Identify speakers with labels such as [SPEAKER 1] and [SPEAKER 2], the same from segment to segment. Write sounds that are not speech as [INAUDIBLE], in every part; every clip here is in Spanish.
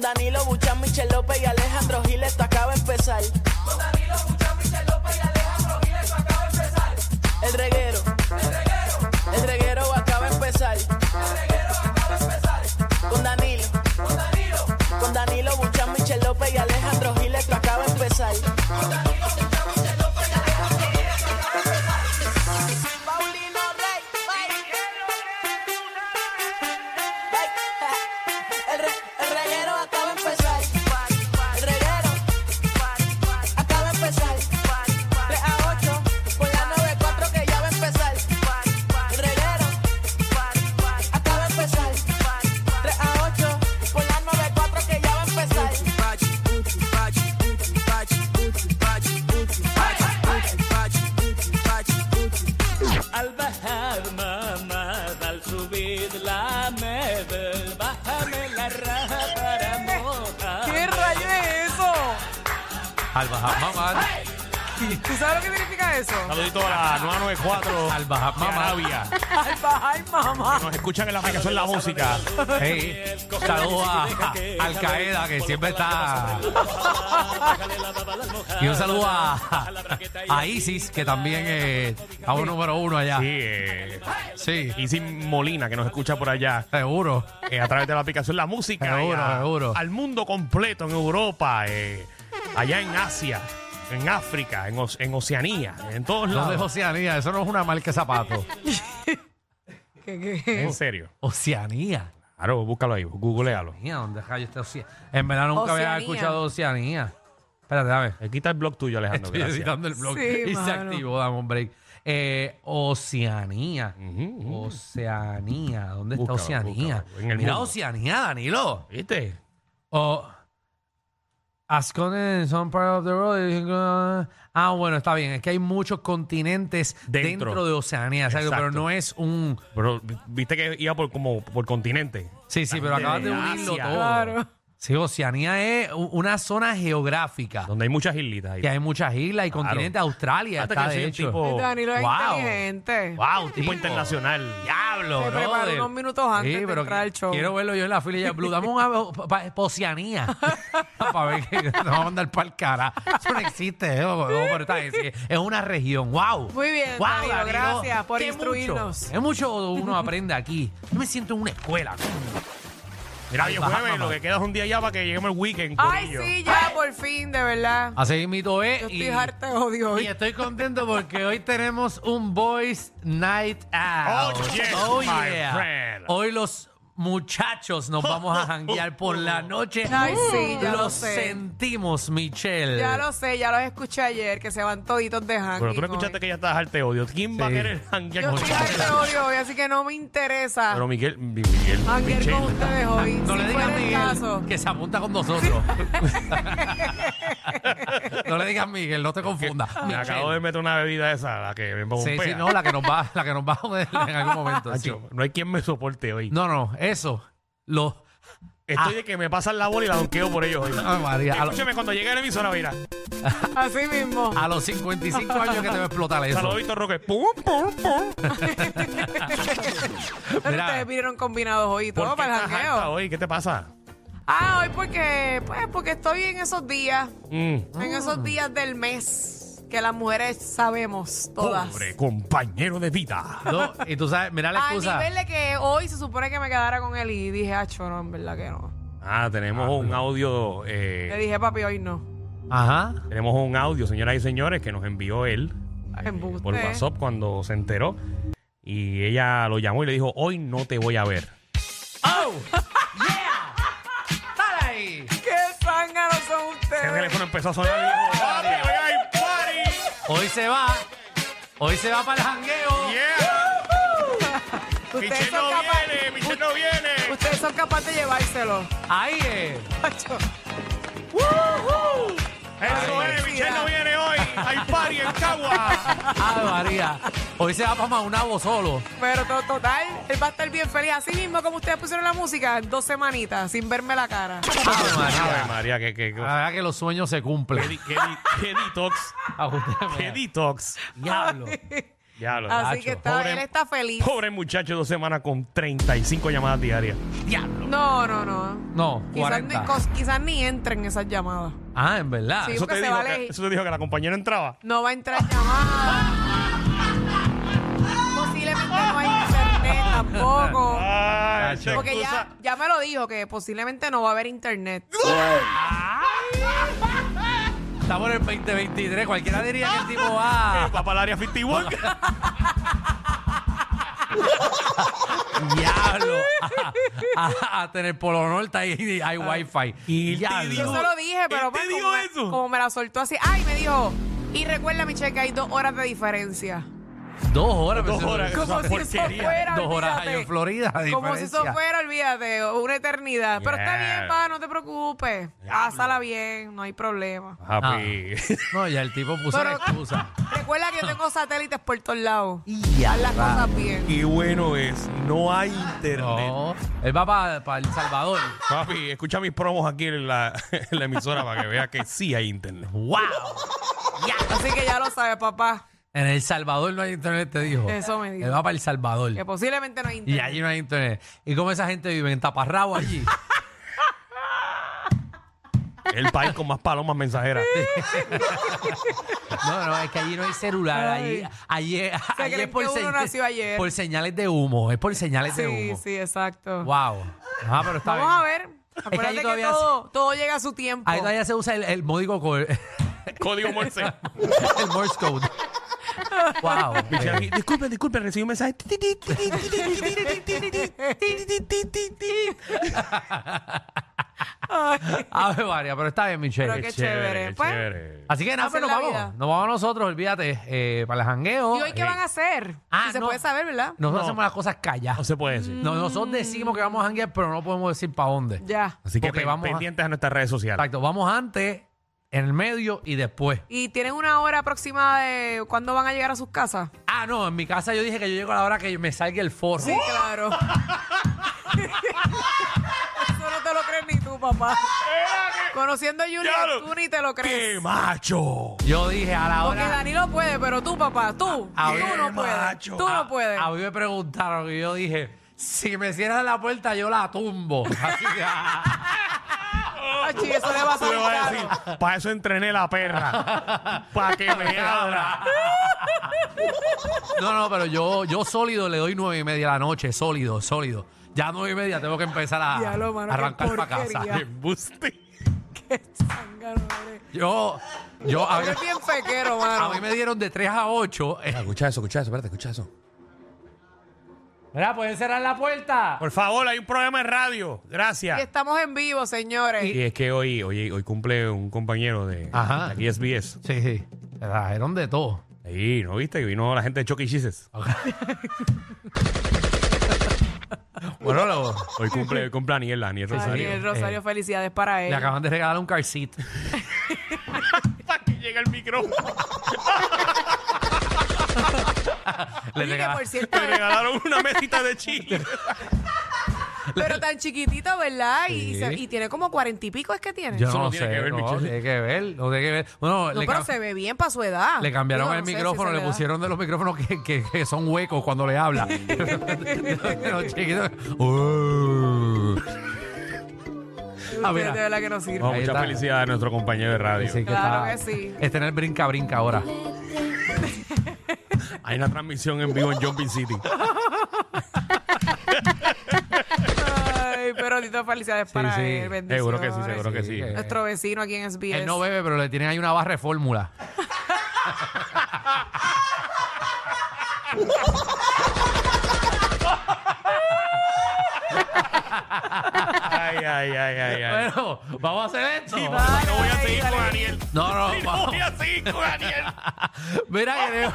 [SPEAKER 1] Danilo Buchan, Michel López y Alejandro Giles, esto acaba de empezar.
[SPEAKER 2] Con Danilo Buchan, Michel López y Alejandro Giles, esto acaba de empezar.
[SPEAKER 1] El reguero,
[SPEAKER 2] El reguero,
[SPEAKER 1] el reguero acaba de empezar.
[SPEAKER 2] el reguero acaba de empezar.
[SPEAKER 1] Con Danilo,
[SPEAKER 2] Con Danilo,
[SPEAKER 1] con Danilo Buchan, Michel López y Alejandro Giles, esto acaba de empezar.
[SPEAKER 2] con Danilo Buchan, Michel López y Alejandro Giles, esto acaba de empezar. Paulino Rey,
[SPEAKER 1] El, re- el reguero acaba de empezar. El reguero acaba de empezar. 3 a 8, por la 9-4 que ya va a empezar. El reguero acaba de empezar. 3 a 8, por la 9-4 que ya va a empezar.
[SPEAKER 3] Al bajar mamá, al subir la meve, bájame la raja para mojar.
[SPEAKER 4] ¿Qué rayo es eso?
[SPEAKER 5] Al bajar mamá.
[SPEAKER 4] ¿Tú sabes lo que significa eso?
[SPEAKER 6] Saludito a la 994
[SPEAKER 5] Al bajar
[SPEAKER 6] de
[SPEAKER 5] mamá.
[SPEAKER 6] Arabia.
[SPEAKER 4] Ay, pa- ay, mamá.
[SPEAKER 6] Nos escuchan en la aplicación La Música.
[SPEAKER 5] Hey, saludos a Al Qaeda, que siempre está. Y un saludo a, a ISIS, que también eh, está un número uno allá.
[SPEAKER 6] Sí, eh,
[SPEAKER 5] Sí,
[SPEAKER 6] y sin Molina, que nos escucha por allá.
[SPEAKER 5] seguro.
[SPEAKER 6] eh, a través de la aplicación La Música. y
[SPEAKER 5] Seguro,
[SPEAKER 6] a-
[SPEAKER 5] seguro.
[SPEAKER 6] Al mundo completo, en Europa, eh, allá en Asia, en África, en, Oce- en Oceanía, en todos
[SPEAKER 5] No de
[SPEAKER 6] lados.
[SPEAKER 5] Oceanía, eso no es una marca de zapatos.
[SPEAKER 4] ¿Qué, qué?
[SPEAKER 6] En serio.
[SPEAKER 5] Oceanía.
[SPEAKER 6] Claro, búscalo ahí, googlealo.
[SPEAKER 5] Mía, ¿dónde rayos está Oceanía? En verdad nunca había
[SPEAKER 4] Oceanía.
[SPEAKER 5] escuchado Oceanía. Espérate, dame.
[SPEAKER 6] Eh, Quita el blog tuyo, Alejandro.
[SPEAKER 5] Estoy
[SPEAKER 6] gracias.
[SPEAKER 5] editando el blog.
[SPEAKER 4] Sí,
[SPEAKER 5] [LAUGHS] y se
[SPEAKER 4] mano.
[SPEAKER 5] activó, dame un break. Eh, Oceanía.
[SPEAKER 6] Ujú, ujú.
[SPEAKER 5] Oh. Oceanía. ¿Dónde
[SPEAKER 6] Mm. Búscalo,
[SPEAKER 5] está Oceanía?
[SPEAKER 6] búscalo. En el
[SPEAKER 5] Mira
[SPEAKER 6] mundo.
[SPEAKER 5] Oceanía, Danilo.
[SPEAKER 6] ¿Viste?
[SPEAKER 5] O. As continents on part of the world. Ah, bueno, está bien. Es que hay muchos continentes dentro,
[SPEAKER 6] Dentro.
[SPEAKER 5] de Oceanía, exacto,
[SPEAKER 6] Exacto.
[SPEAKER 5] pero no es un.
[SPEAKER 6] Pero viste que iba por como por continente.
[SPEAKER 5] Sí, sí, pero
[SPEAKER 6] Desde
[SPEAKER 5] acabas de unirlo
[SPEAKER 6] Asia.
[SPEAKER 5] todo.
[SPEAKER 4] Claro.
[SPEAKER 5] Sí, Oceanía es u- una zona geográfica.
[SPEAKER 6] Donde hay muchas islitas ahí.
[SPEAKER 5] Que hay muchas islas y
[SPEAKER 6] Claro.
[SPEAKER 5] continentes. Australia
[SPEAKER 6] Fíjate
[SPEAKER 5] está
[SPEAKER 6] que soy
[SPEAKER 5] de
[SPEAKER 6] un
[SPEAKER 5] hecho.
[SPEAKER 6] tipo-
[SPEAKER 4] Danilo es
[SPEAKER 5] Wow.
[SPEAKER 4] inteligente.
[SPEAKER 5] Wow,
[SPEAKER 6] Tipo internacional.
[SPEAKER 5] Diablo,
[SPEAKER 4] Se preparó
[SPEAKER 5] brother.
[SPEAKER 4] unos minutos antes de entrar al show.
[SPEAKER 5] Quiero verlo yo en la fila y ya Blue. Dame una [LAUGHS] pa- pa- pa-
[SPEAKER 4] [LAUGHS]
[SPEAKER 5] Oceanía. para ver que nos vamos a mandar para el cara. Eso no existe. ¿eh? No, pero está bien, sí, es una región. ¡Wow!
[SPEAKER 4] Muy bien,
[SPEAKER 5] wow,
[SPEAKER 4] Danilo,
[SPEAKER 5] Danilo.
[SPEAKER 4] gracias por
[SPEAKER 5] Qué
[SPEAKER 4] instruirnos.
[SPEAKER 5] mucho, es mucho uno aprende aquí. Yo me siento en una escuela. coño.
[SPEAKER 6] Mira,
[SPEAKER 5] Ay,
[SPEAKER 6] hoy es
[SPEAKER 5] baja,
[SPEAKER 6] jueves,
[SPEAKER 5] mamá.
[SPEAKER 6] lo que queda es un día ya para que lleguemos el weekend.
[SPEAKER 4] Ay,
[SPEAKER 6] corillo.
[SPEAKER 4] sí, ya, por fin, de verdad.
[SPEAKER 5] Así mismo es.
[SPEAKER 4] Yo
[SPEAKER 5] y-
[SPEAKER 4] estoy harta de odio
[SPEAKER 5] Y
[SPEAKER 4] hoy.
[SPEAKER 5] estoy contento porque hoy tenemos un Boys Night Out.
[SPEAKER 6] Oh, yes, my friend.
[SPEAKER 5] Hoy los muchachos nos vamos a janguear por
[SPEAKER 6] [LAUGHS]
[SPEAKER 5] la noche.
[SPEAKER 4] Ay, sí, ya
[SPEAKER 5] Lo
[SPEAKER 4] lo sé.
[SPEAKER 5] sentimos, Michelle.
[SPEAKER 4] Ya lo sé, ya los escuché ayer, que se van toditos de hanking
[SPEAKER 6] Pero tú no escuchaste que ya estás arte odio. ¿Quién va a
[SPEAKER 5] Sí.
[SPEAKER 6] querer hanguear
[SPEAKER 4] Yo
[SPEAKER 6] con
[SPEAKER 4] estoy
[SPEAKER 6] ustedes?
[SPEAKER 4] harta de odio hoy, así que no me interesa
[SPEAKER 6] Pero Miguel, mi- Miguel,
[SPEAKER 4] hanguear con
[SPEAKER 6] Michelle.
[SPEAKER 4] ustedes hoy.
[SPEAKER 5] No
[SPEAKER 4] si
[SPEAKER 5] le digas
[SPEAKER 4] fuera
[SPEAKER 5] a
[SPEAKER 4] el
[SPEAKER 5] Miguel
[SPEAKER 4] caso.
[SPEAKER 5] que se apunta con nosotros. [LAUGHS] no le digas a Miguel, no te confundas.
[SPEAKER 6] Me
[SPEAKER 5] Michelle.
[SPEAKER 6] acabo de meter una bebida esa, la que me
[SPEAKER 5] Sí,
[SPEAKER 6] bombea.
[SPEAKER 5] sí, no, la que nos va, la que nos va a joder en
[SPEAKER 6] [LAUGHS]
[SPEAKER 5] algún momento. sí.
[SPEAKER 6] Nacho, No hay quien me soporte hoy.
[SPEAKER 5] No, no, eso. Lo,
[SPEAKER 6] Estoy
[SPEAKER 5] Ah.
[SPEAKER 6] de que me pasan la bola y la donqueo por ellos hoy.
[SPEAKER 5] Ay, María, a, lo-
[SPEAKER 6] Escúchame, cuando llegue a la emisora, mira.
[SPEAKER 4] Así mismo.
[SPEAKER 6] Ah,
[SPEAKER 5] a los 55 años que te va a explotar eso.
[SPEAKER 6] Saludito, Roque. Pum, pum, pum.
[SPEAKER 4] Pero
[SPEAKER 5] Mira.
[SPEAKER 4] ustedes vinieron combinados hoy y
[SPEAKER 6] ¿Por
[SPEAKER 4] todo
[SPEAKER 6] qué
[SPEAKER 4] para el
[SPEAKER 6] estás harta
[SPEAKER 4] jangueo.
[SPEAKER 6] hoy? ¿Qué te pasa?
[SPEAKER 4] Ah, hoy porque, pues, porque estoy en esos días,
[SPEAKER 6] Mm.
[SPEAKER 4] en esos días del mes que las mujeres sabemos todas.
[SPEAKER 6] Pobre compañero de vida.
[SPEAKER 5] No, y tú sabes, mira la
[SPEAKER 4] Al
[SPEAKER 5] excusa.
[SPEAKER 4] nivel de que hoy se supone que me quedara con él y dije, acho, no, en verdad que no.
[SPEAKER 6] Ah, tenemos un audio. eh,
[SPEAKER 4] Le dije, papi, hoy no.
[SPEAKER 5] Ajá.
[SPEAKER 6] Tenemos un audio, señoras y señores, que nos envió él eh,
[SPEAKER 4] Embuste.
[SPEAKER 6] por WhatsApp cuando se enteró. Y ella lo llamó y le dijo, hoy no te voy a ver.
[SPEAKER 5] ¡Oh! ¡Yeah! ¡Dale ahí!
[SPEAKER 4] ¡Qué zánganos son
[SPEAKER 6] El
[SPEAKER 4] ustedes!
[SPEAKER 6] teléfono empezó a sonar y dijo, "Papi, hoy hay party!
[SPEAKER 5] Hoy se va. Hoy se va para el jangueo.
[SPEAKER 6] ¡Yeah!
[SPEAKER 4] Ustedes
[SPEAKER 6] ¡Michelle no
[SPEAKER 4] son, capa-
[SPEAKER 6] viene! ¡Michelle no viene!
[SPEAKER 4] ustedes son capaces de llevárselo.
[SPEAKER 5] Ahí es.
[SPEAKER 4] Acho.
[SPEAKER 6] ¡Eso
[SPEAKER 4] Ay,
[SPEAKER 6] es! ¡Michelle
[SPEAKER 4] mira.
[SPEAKER 6] no viene hoy! ¡Hay party en Cagua!
[SPEAKER 5] Ay, María. Hoy se va para Maunabo solo.
[SPEAKER 4] Pero to- total, él va a estar bien feliz. Así mismo como ustedes pusieron la música, dos semanitas, sin verme la cara.
[SPEAKER 5] Ay,
[SPEAKER 6] Ave
[SPEAKER 5] María.
[SPEAKER 6] María, qué, qué, qué,
[SPEAKER 5] La verdad que los sueños se
[SPEAKER 6] qué
[SPEAKER 5] cumplen.
[SPEAKER 6] di- qué di- qué detox.
[SPEAKER 5] A usted,
[SPEAKER 6] ¡Qué
[SPEAKER 5] mira.
[SPEAKER 6] detox!
[SPEAKER 5] Diablo.
[SPEAKER 6] Eh. Ya lo
[SPEAKER 4] Así
[SPEAKER 5] Nacho,
[SPEAKER 4] que está,
[SPEAKER 6] pobre-
[SPEAKER 4] él está feliz.
[SPEAKER 6] Pobre muchacho, dos semanas con 35 llamadas diarias.
[SPEAKER 5] Diablo.
[SPEAKER 4] No, no, no.
[SPEAKER 5] No,
[SPEAKER 4] Quizás ni,
[SPEAKER 5] 40.
[SPEAKER 4] cos- quizás ni entren esas llamadas.
[SPEAKER 5] Ah, en verdad.
[SPEAKER 4] Sí,
[SPEAKER 5] Eso-
[SPEAKER 4] porque se
[SPEAKER 6] dijo
[SPEAKER 4] vale.
[SPEAKER 6] que, eso te dijo que la compañera entraba.
[SPEAKER 4] No va a entrar llamada. Posiblemente no hay internet tampoco.
[SPEAKER 6] [LAUGHS] Ay, este
[SPEAKER 5] Nacho.
[SPEAKER 6] esa
[SPEAKER 4] Porque
[SPEAKER 6] excusa.
[SPEAKER 4] ya, ya me lo dijo que posiblemente no va a haber internet.
[SPEAKER 5] Estamos en el 2023. Cualquiera diría que el tipo va.
[SPEAKER 6] Eh, Va para el área 51.
[SPEAKER 5] Diablo. A- a- Hasta en el Polo Norte hay, hay wifi.
[SPEAKER 6] y él te
[SPEAKER 5] Diablo.
[SPEAKER 6] dio-
[SPEAKER 4] Yo se lo dije, pero
[SPEAKER 6] ¿Él te
[SPEAKER 4] pues,
[SPEAKER 6] dijo
[SPEAKER 4] como, me-
[SPEAKER 6] eso?
[SPEAKER 4] como me la soltó así. Ay, me dijo. Y recuerda, Michelle, que hay dos horas de diferencia.
[SPEAKER 5] Dos horas.
[SPEAKER 6] Dos
[SPEAKER 5] pero-
[SPEAKER 6] horas.
[SPEAKER 4] Como
[SPEAKER 6] Esa
[SPEAKER 4] si
[SPEAKER 6] porquería.
[SPEAKER 4] eso fuera.
[SPEAKER 5] Dos horas
[SPEAKER 4] olvídate.
[SPEAKER 5] allá en Florida. la
[SPEAKER 4] Como si eso
[SPEAKER 5] diferencia.
[SPEAKER 4] fuera, olvídate, una eternidad. Pero está
[SPEAKER 6] Yeah.
[SPEAKER 4] bien, pa, no te preocupes. Házala bien, no hay problema.
[SPEAKER 6] [LAUGHS] Happy.
[SPEAKER 5] [LAUGHS] No, ya el tipo puso
[SPEAKER 4] Pero-
[SPEAKER 5] una
[SPEAKER 4] [LAUGHS]
[SPEAKER 5] excusa.
[SPEAKER 4] Recuerda que yo tengo satélites por todos lados.
[SPEAKER 5] Y ya,
[SPEAKER 4] Haz las cosas bien.
[SPEAKER 6] Y bueno es, no hay internet.
[SPEAKER 5] No, él va para El Salvador.
[SPEAKER 6] Papi, escucha mis promos aquí en la, [LAUGHS] en la emisora para que veas que sí hay internet.
[SPEAKER 5] ¡Wow!
[SPEAKER 4] Así que ya lo sabes, papá.
[SPEAKER 5] En El Salvador no hay internet, te dijo.
[SPEAKER 4] Eso me dijo.
[SPEAKER 5] Él va para El Salvador.
[SPEAKER 4] Que posiblemente no hay
[SPEAKER 5] Y
[SPEAKER 4] internet.
[SPEAKER 5] allí no hay internet. ¿Y cómo esa gente vive? ¿En taparrabo allí?
[SPEAKER 6] El país con más palomas mensajeras.
[SPEAKER 5] No, no, es que allí no hay celular. Allí,
[SPEAKER 4] Ay.
[SPEAKER 5] allí, allí
[SPEAKER 4] creen
[SPEAKER 5] es por,
[SPEAKER 4] que uno
[SPEAKER 5] señ-
[SPEAKER 4] nació ayer.
[SPEAKER 5] por señales de humo. Es por señales de
[SPEAKER 4] Sí,
[SPEAKER 5] humo.
[SPEAKER 4] sí, exacto.
[SPEAKER 5] Wow. Ah, pero está
[SPEAKER 4] Vamos a
[SPEAKER 5] bien.
[SPEAKER 4] ver.
[SPEAKER 5] allí
[SPEAKER 4] Acuérdate que,
[SPEAKER 5] todavía
[SPEAKER 4] todo, todo llega a su tiempo.
[SPEAKER 5] Ahí
[SPEAKER 4] [LAUGHS]
[SPEAKER 5] todavía se usa el, el módico co- [LAUGHS] el
[SPEAKER 6] Código Morse.
[SPEAKER 5] Morse
[SPEAKER 4] [LAUGHS]
[SPEAKER 5] code. eh. Wow.
[SPEAKER 6] Michelle, disculpe, disculpe, recibí un mensaje.
[SPEAKER 5] A ver, María, pero está bien, Michelle.
[SPEAKER 4] Pero qué chévere, pues.
[SPEAKER 6] chévere.
[SPEAKER 5] Así que nada,
[SPEAKER 4] Así
[SPEAKER 5] pero nos
[SPEAKER 4] es la
[SPEAKER 5] vamos.
[SPEAKER 4] vida.
[SPEAKER 5] Nos vamos nosotros, olvídate, eh, para el jangueo.
[SPEAKER 4] ¿Y hoy qué
[SPEAKER 5] Eh,
[SPEAKER 4] van a hacer?
[SPEAKER 5] Ah,
[SPEAKER 4] Si se
[SPEAKER 5] no.
[SPEAKER 4] puede saber, ¿verdad?
[SPEAKER 5] Nosotros
[SPEAKER 6] No.
[SPEAKER 5] hacemos las cosas calladas.
[SPEAKER 6] No se puede decir.
[SPEAKER 5] No, nosotros decimos que vamos a janguear, pero no podemos decir para dónde.
[SPEAKER 4] Ya.
[SPEAKER 6] Así que
[SPEAKER 5] Porque
[SPEAKER 6] pe-
[SPEAKER 5] vamos a-
[SPEAKER 6] pendientes a... nuestras redes sociales.
[SPEAKER 5] Exacto, vamos antes, en el medio y después.
[SPEAKER 4] ¿Y tienen una hora aproximada de cuándo van a llegar a sus casas?
[SPEAKER 5] Ah, no, en mi casa yo dije que yo llego a la hora que me salga el forro.
[SPEAKER 4] Sí, claro. Eso no te lo crees ni tú, papá. Conociendo a Juliet,
[SPEAKER 6] Claro.
[SPEAKER 4] tú ni te lo
[SPEAKER 6] ¡Qué
[SPEAKER 4] crees.
[SPEAKER 6] macho!
[SPEAKER 5] Yo dije a la
[SPEAKER 4] Porque
[SPEAKER 5] hora.
[SPEAKER 4] Danilo puede, pero tú, papá, tú,
[SPEAKER 5] A- a
[SPEAKER 4] tú
[SPEAKER 5] ver,
[SPEAKER 4] no puedes.
[SPEAKER 6] macho.
[SPEAKER 4] Tú no puedes.
[SPEAKER 5] A mí me preguntaron y yo dije, si me cierran la puerta yo la tumbo. [LAUGHS] Así que, ah,
[SPEAKER 4] Achi, eso le va a
[SPEAKER 6] Tú le
[SPEAKER 4] salir
[SPEAKER 6] vas a
[SPEAKER 4] caro.
[SPEAKER 6] decir, para eso entrené la perra. Para que
[SPEAKER 4] [LAUGHS]
[SPEAKER 6] me abra.
[SPEAKER 5] no, no, pero yo, yo sólido le doy nueve y media de la noche, sólido, sólido. Ya nueve y media tengo que empezar a
[SPEAKER 4] Ya lo, mano, qué
[SPEAKER 5] arrancar para casa.
[SPEAKER 4] porquería.
[SPEAKER 6] Embuste.
[SPEAKER 4] Qué zángano eres.
[SPEAKER 5] Yo, yo, a mí,
[SPEAKER 4] Eres bien fequero,
[SPEAKER 5] a
[SPEAKER 4] mano.
[SPEAKER 5] mí me dieron de 3 a eh. 8.
[SPEAKER 6] Ah,
[SPEAKER 7] Escucha eso, escucha eso, espérate, escucha eso.
[SPEAKER 5] Mira, pueden cerrar la puerta.
[SPEAKER 6] Por favor, hay un programa en radio.
[SPEAKER 4] Y
[SPEAKER 6] Gracias.
[SPEAKER 4] estamos en vivo, señores.
[SPEAKER 6] Y es que hoy, hoy, hoy cumple un compañero de,
[SPEAKER 5] Ajá.
[SPEAKER 6] de aquí SBS.
[SPEAKER 5] Sí, sí. Me trajeron de todo.
[SPEAKER 6] Ahí, ¿no viste? Que vino la gente de Chucky E. Cheeses.
[SPEAKER 5] Bueno, lo-
[SPEAKER 6] Hoy cumple, hoy cumple Aniel, Aniel Rosario.
[SPEAKER 4] Daniel Rosario, felicidades para él.
[SPEAKER 5] le acaban de regalar un car seat.
[SPEAKER 6] Para que llegue el micrófono.
[SPEAKER 5] Le
[SPEAKER 4] Oye, que
[SPEAKER 5] regala-
[SPEAKER 4] por
[SPEAKER 6] [LAUGHS]
[SPEAKER 4] cierto,
[SPEAKER 6] Le regalaron una mesita de chile.
[SPEAKER 4] pero tan chiquitito, ¿verdad? Y, se- y tiene como cuarenta y pico, ¿es que tiene?
[SPEAKER 5] Yo
[SPEAKER 6] Eso
[SPEAKER 5] no,
[SPEAKER 6] no
[SPEAKER 5] lo
[SPEAKER 6] tiene
[SPEAKER 5] sé.
[SPEAKER 6] que ver,
[SPEAKER 5] no,
[SPEAKER 6] Michelle.
[SPEAKER 5] tiene que ver. No tiene que ver. Bueno,
[SPEAKER 4] no,
[SPEAKER 5] le,
[SPEAKER 4] pero
[SPEAKER 5] cam-
[SPEAKER 4] se ve bien para su edad.
[SPEAKER 5] le cambiaron
[SPEAKER 4] Digo,
[SPEAKER 5] el
[SPEAKER 4] no sé si
[SPEAKER 5] micrófono,
[SPEAKER 4] se
[SPEAKER 5] le
[SPEAKER 4] da.
[SPEAKER 5] pusieron de los micrófonos que, que- que son huecos cuando le habla. [LAUGHS] Los chiquitos. Uh. Ah,
[SPEAKER 4] Usted
[SPEAKER 5] mira.
[SPEAKER 4] De verdad que no sirve.
[SPEAKER 6] No,
[SPEAKER 5] Ahí
[SPEAKER 6] mucha
[SPEAKER 5] está.
[SPEAKER 6] felicidad a nuestro compañero de radio.
[SPEAKER 5] Así que
[SPEAKER 4] Claro
[SPEAKER 5] está-
[SPEAKER 4] que sí.
[SPEAKER 5] Está en el brinca brinca ahora.
[SPEAKER 6] Hay una transmisión en vivo en Jumping City.
[SPEAKER 4] Ay, pero Tito, felicidades para
[SPEAKER 5] sí.
[SPEAKER 4] él. Bendiciones.
[SPEAKER 6] Seguro que sí, seguro que sí.
[SPEAKER 5] Sí.
[SPEAKER 4] Nuestro vecino aquí en SBS.
[SPEAKER 5] Él no bebe, pero le tienen ahí una barra de fórmula.
[SPEAKER 6] Ay, ay, ay, ay, ay.
[SPEAKER 5] Bueno, vamos a hacer esto.
[SPEAKER 6] Sí, papá, no voy a seguir con Aniel.
[SPEAKER 5] No, no,
[SPEAKER 6] Sí, No
[SPEAKER 5] vamos.
[SPEAKER 6] voy a
[SPEAKER 5] [LAUGHS]
[SPEAKER 6] seguir con Aniel.
[SPEAKER 5] Mira, creo.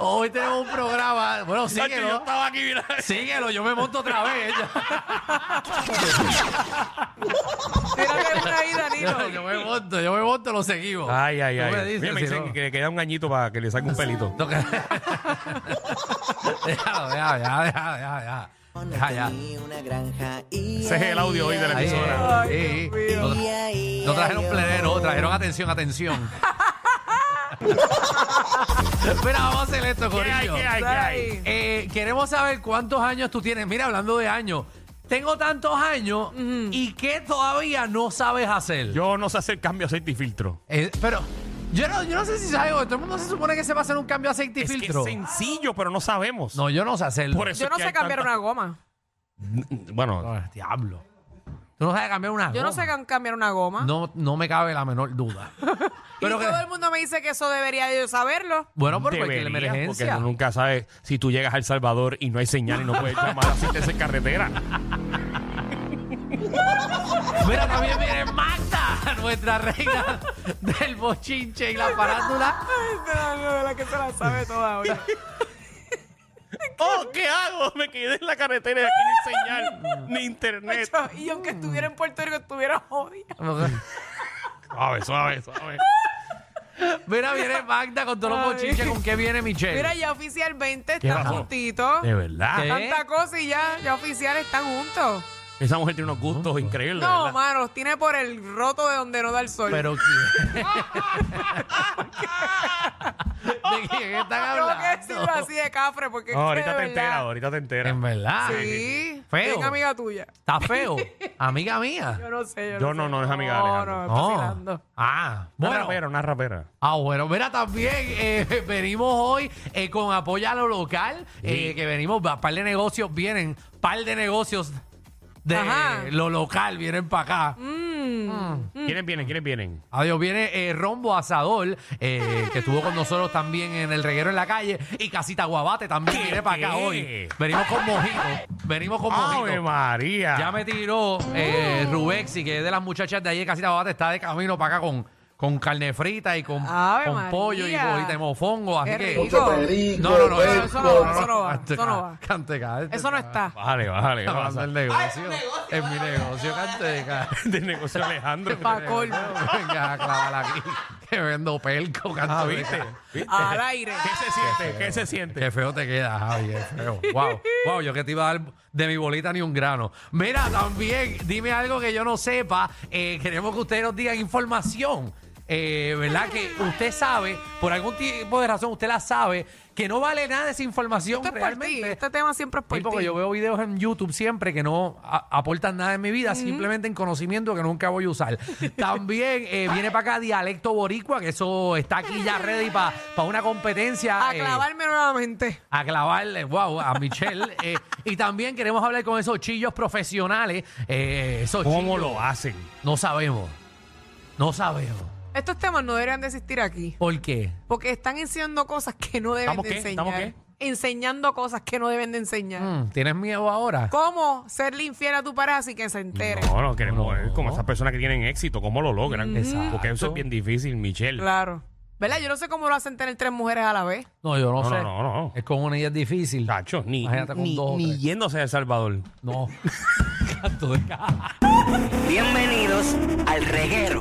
[SPEAKER 5] Hoy tenemos un programa. Bueno,
[SPEAKER 6] Nacho, Yo
[SPEAKER 5] síguelo.
[SPEAKER 6] estaba aquí, mira.
[SPEAKER 5] Síguelo, yo me monto otra vez.
[SPEAKER 4] Tírate una ahí, Danilo.
[SPEAKER 5] [LAUGHS] yo me monto, yo me monto, lo seguimos.
[SPEAKER 6] Ay, ay,
[SPEAKER 5] Tú
[SPEAKER 6] ay.
[SPEAKER 5] me dices,
[SPEAKER 6] Mira, me
[SPEAKER 5] si
[SPEAKER 6] dicen
[SPEAKER 5] no-
[SPEAKER 6] que le queda un añito para que le saque un pelito.
[SPEAKER 5] no, que- [LAUGHS] Déjalo, déjalo, déjalo, déjalo, déjalo, déjalo. Deja ya.
[SPEAKER 2] una granja y
[SPEAKER 6] Ese es el audio hoy de la
[SPEAKER 5] Ahí es.
[SPEAKER 6] emisora.
[SPEAKER 4] Ay,
[SPEAKER 5] Sí,
[SPEAKER 4] Dios mío.
[SPEAKER 5] No, tra- no trajeron plenero, trajeron atención, atención. Mira, vamos a hacer esto,
[SPEAKER 6] ¿Qué hay,
[SPEAKER 5] Corillo.
[SPEAKER 6] qué hay, qué hay?
[SPEAKER 5] Eh, queremos saber cuántos años tú tienes. Mira, hablando de años, tengo tantos años y qué todavía no sabes hacer.
[SPEAKER 6] Yo no sé hacer cambio de aceite y filtro.
[SPEAKER 5] Eh, pero yo no, yo no sé si sabes, todo el mundo se supone que se va a hacer un cambio de aceite y
[SPEAKER 6] Es que
[SPEAKER 5] filtro.
[SPEAKER 6] es sencillo, pero no sabemos.
[SPEAKER 5] No, yo no sé hacerlo.
[SPEAKER 6] Por eso
[SPEAKER 4] Yo
[SPEAKER 6] es
[SPEAKER 4] no
[SPEAKER 6] que
[SPEAKER 4] sé
[SPEAKER 6] hay
[SPEAKER 4] cambiar
[SPEAKER 6] tanta-
[SPEAKER 4] una goma.
[SPEAKER 6] Bueno,
[SPEAKER 5] Ah, diablo. Tú no sabes cambiar una
[SPEAKER 4] Yo no sé
[SPEAKER 5] goma.
[SPEAKER 4] cam- cambiar una goma.
[SPEAKER 5] No, no me cabe la menor
[SPEAKER 6] [LAUGHS]
[SPEAKER 5] duda.
[SPEAKER 4] Pero
[SPEAKER 5] pero
[SPEAKER 4] y
[SPEAKER 5] que,
[SPEAKER 4] todo el mundo me dice que eso debería yo saberlo.
[SPEAKER 5] bueno, por cualquier
[SPEAKER 6] deberías,
[SPEAKER 5] emergencia.
[SPEAKER 6] Porque tú nunca sabes si tú llegas a El Salvador y no hay señal y no
[SPEAKER 5] [LAUGHS]
[SPEAKER 6] puedes llamar a asistencia en carretera.
[SPEAKER 5] Mira, también viene Magda, nuestra reina del bochinche y la
[SPEAKER 4] [LAUGHS]
[SPEAKER 5] farándula.
[SPEAKER 4] de la que se la sabe toda
[SPEAKER 5] [LAUGHS]
[SPEAKER 4] hoy.
[SPEAKER 6] ¡Oh, qué hago! Me quedé en la carretera y aquí ni señal, ni internet.
[SPEAKER 4] y aunque estuviera en Puerto Rico, estuviera jodida.
[SPEAKER 6] Suave, suave,
[SPEAKER 5] [LAUGHS]
[SPEAKER 6] suave.
[SPEAKER 5] Mira, viene Magda con todos los
[SPEAKER 4] Ay.
[SPEAKER 5] bochinches. ¿Con qué viene Michelle?
[SPEAKER 4] Mira, ya oficial 20
[SPEAKER 6] ¿Qué
[SPEAKER 4] están
[SPEAKER 6] pasó?
[SPEAKER 4] juntitos.
[SPEAKER 6] De verdad.
[SPEAKER 5] ¿Qué?
[SPEAKER 4] Tanta cosa y ya, ya oficial están juntos.
[SPEAKER 6] Esa mujer tiene unos gustos increíbles.
[SPEAKER 4] No,
[SPEAKER 6] ¿verdad?
[SPEAKER 4] mano, los tiene por el roto de donde no da el sol.
[SPEAKER 5] Pero ¿quién? ¿De quién están
[SPEAKER 4] Tengo que
[SPEAKER 5] hablando?
[SPEAKER 4] decirlo así de cafre porque es
[SPEAKER 6] No,
[SPEAKER 4] que
[SPEAKER 6] ahorita
[SPEAKER 4] de
[SPEAKER 6] te
[SPEAKER 4] verdad-
[SPEAKER 6] enteras, ahorita te enteras.
[SPEAKER 5] En verdad.
[SPEAKER 4] Sí,
[SPEAKER 5] Feo.
[SPEAKER 4] bien amiga tuya.
[SPEAKER 5] Está feo. Amiga mía.
[SPEAKER 4] Yo no sé. Yo,
[SPEAKER 6] Yo no,
[SPEAKER 4] sé.
[SPEAKER 6] no, es amiga de
[SPEAKER 4] No,
[SPEAKER 6] Alejandro.
[SPEAKER 4] no,
[SPEAKER 5] No.
[SPEAKER 4] está vacilando.
[SPEAKER 5] Ah,
[SPEAKER 6] Una
[SPEAKER 5] bueno.
[SPEAKER 6] rapera, una rapera.
[SPEAKER 5] Ah, bueno, mira, también eh, [LAUGHS] venimos hoy eh, con apoyo a lo local, eh,
[SPEAKER 6] Sí.
[SPEAKER 5] que venimos, va, par de negocios vienen, par de negocios de
[SPEAKER 4] Ajá.
[SPEAKER 5] eh, lo local vienen para acá.
[SPEAKER 6] Mm.
[SPEAKER 4] Mm.
[SPEAKER 6] ¿Quiénes vienen? ¿Quiénes vienen?
[SPEAKER 5] Adiós, viene eh, Rombo Asador, eh, que estuvo con nosotros también en el reguero en la calle, y Casita Guabate también
[SPEAKER 6] ¿Qué?
[SPEAKER 5] viene para acá
[SPEAKER 6] ¿Qué? Ah,
[SPEAKER 5] hoy. Venimos con Mojito, venimos con
[SPEAKER 6] ¡Ave
[SPEAKER 5] Mojito.
[SPEAKER 6] María!
[SPEAKER 5] Ya me tiró eh, Rubexi, que es de las muchachas de ahí de Casita Guabate, está de camino para acá con, con carne frita y con,
[SPEAKER 4] Ave
[SPEAKER 5] con
[SPEAKER 4] María.
[SPEAKER 5] pollo y bolita de mofongo, así
[SPEAKER 4] Qué
[SPEAKER 5] que...
[SPEAKER 4] rico. Mucho
[SPEAKER 5] No, no, no,
[SPEAKER 4] Eso- eso no va, eso no va,
[SPEAKER 5] Cante,
[SPEAKER 4] eso no va.
[SPEAKER 5] Cante, cante,
[SPEAKER 4] Eso no
[SPEAKER 5] cante.
[SPEAKER 4] está.
[SPEAKER 6] Bájale, bájale.
[SPEAKER 5] Hablando del
[SPEAKER 6] bájale.
[SPEAKER 5] negocio. Es mi negocio, cante, cante.
[SPEAKER 6] De negocio Alejandro. [LAUGHS]
[SPEAKER 4] [LAUGHS] Pa' colmo.
[SPEAKER 5] Venga, clávala aquí. Que vendo pelco, cante.
[SPEAKER 6] Ah, ¿viste? ¿Viste?
[SPEAKER 4] Al aire.
[SPEAKER 6] ¿Qué se siente? ¿Qué se siente?
[SPEAKER 5] Qué feo te queda, Javi, qué feo. Wow, wow, yo que te iba a dar de mi bolita ni un grano. Mira, también, dime algo que yo no sepa. Eh, queremos que ustedes nos digan información. eh, ¿Verdad? Que usted sabe, por algún tipo de razón, usted la sabe, que no vale nada esa información
[SPEAKER 4] Esto es por ti.
[SPEAKER 5] realmente.
[SPEAKER 4] Este tema siempre es por
[SPEAKER 5] Sí, porque
[SPEAKER 4] ti.
[SPEAKER 5] yo veo videos en YouTube siempre que no a- aportan nada en mi vida, simplemente en conocimiento que nunca voy a usar. También eh, viene para acá Dialecto Boricua, que eso está aquí ya ready para una competencia.
[SPEAKER 4] A
[SPEAKER 5] eh,
[SPEAKER 4] clavarme nuevamente.
[SPEAKER 5] a clavarle, wow, a Michelle. [LAUGHS] eh, y también queremos hablar con esos chillos profesionales. eh, esos
[SPEAKER 6] ¿Cómo
[SPEAKER 5] chillos.
[SPEAKER 6] lo hacen?
[SPEAKER 5] No sabemos. No sabemos.
[SPEAKER 4] Estos temas no deberían de existir aquí.
[SPEAKER 5] ¿Por qué?
[SPEAKER 4] Porque están enseñando cosas que no deben
[SPEAKER 6] ¿Estamos
[SPEAKER 4] de
[SPEAKER 6] qué? ¿Estamos
[SPEAKER 4] enseñar. Enseñando cosas que no deben de enseñar.
[SPEAKER 5] Mm, ¿Tienes miedo ahora?
[SPEAKER 4] ¿Cómo serle infiel a tu pareja sin que se entere?
[SPEAKER 6] No, no queremos
[SPEAKER 5] No.
[SPEAKER 6] ver como esas personas que tienen éxito, cómo lo logran.
[SPEAKER 5] Exacto.
[SPEAKER 6] Porque eso es bien difícil, Michelle.
[SPEAKER 4] Claro. ¿Verdad? Yo no sé cómo lo hacen tener tres mujeres a la vez.
[SPEAKER 5] No, yo no,
[SPEAKER 6] No,
[SPEAKER 5] sé.
[SPEAKER 6] no, no, no.
[SPEAKER 5] Es con una y es difícil.
[SPEAKER 6] Chacho, ni,
[SPEAKER 5] Imagínate con
[SPEAKER 6] ni,
[SPEAKER 5] dos o
[SPEAKER 6] ni
[SPEAKER 5] tres.
[SPEAKER 6] yéndose a El Salvador.
[SPEAKER 5] No. [LAUGHS] Canto de ca-
[SPEAKER 2] Bienvenidos al reguero.